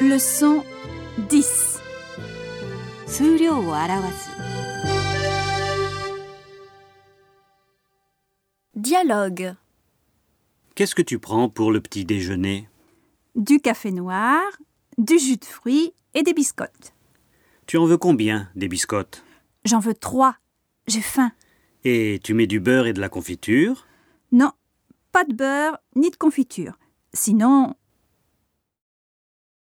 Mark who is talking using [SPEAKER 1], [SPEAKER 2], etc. [SPEAKER 1] Leçon 10.
[SPEAKER 2] 数量を表す
[SPEAKER 1] Dialogue.
[SPEAKER 3] Qu'est-ce que tu prends pour le petit déjeuner
[SPEAKER 1] Du café noir, du jus de fruits et des biscottes.
[SPEAKER 3] Tu en veux combien des biscottes
[SPEAKER 1] J'en veux trois. J'ai faim.
[SPEAKER 3] Et tu mets du beurre et de la confiture
[SPEAKER 1] Non, pas de beurre ni de confiture. Sinon,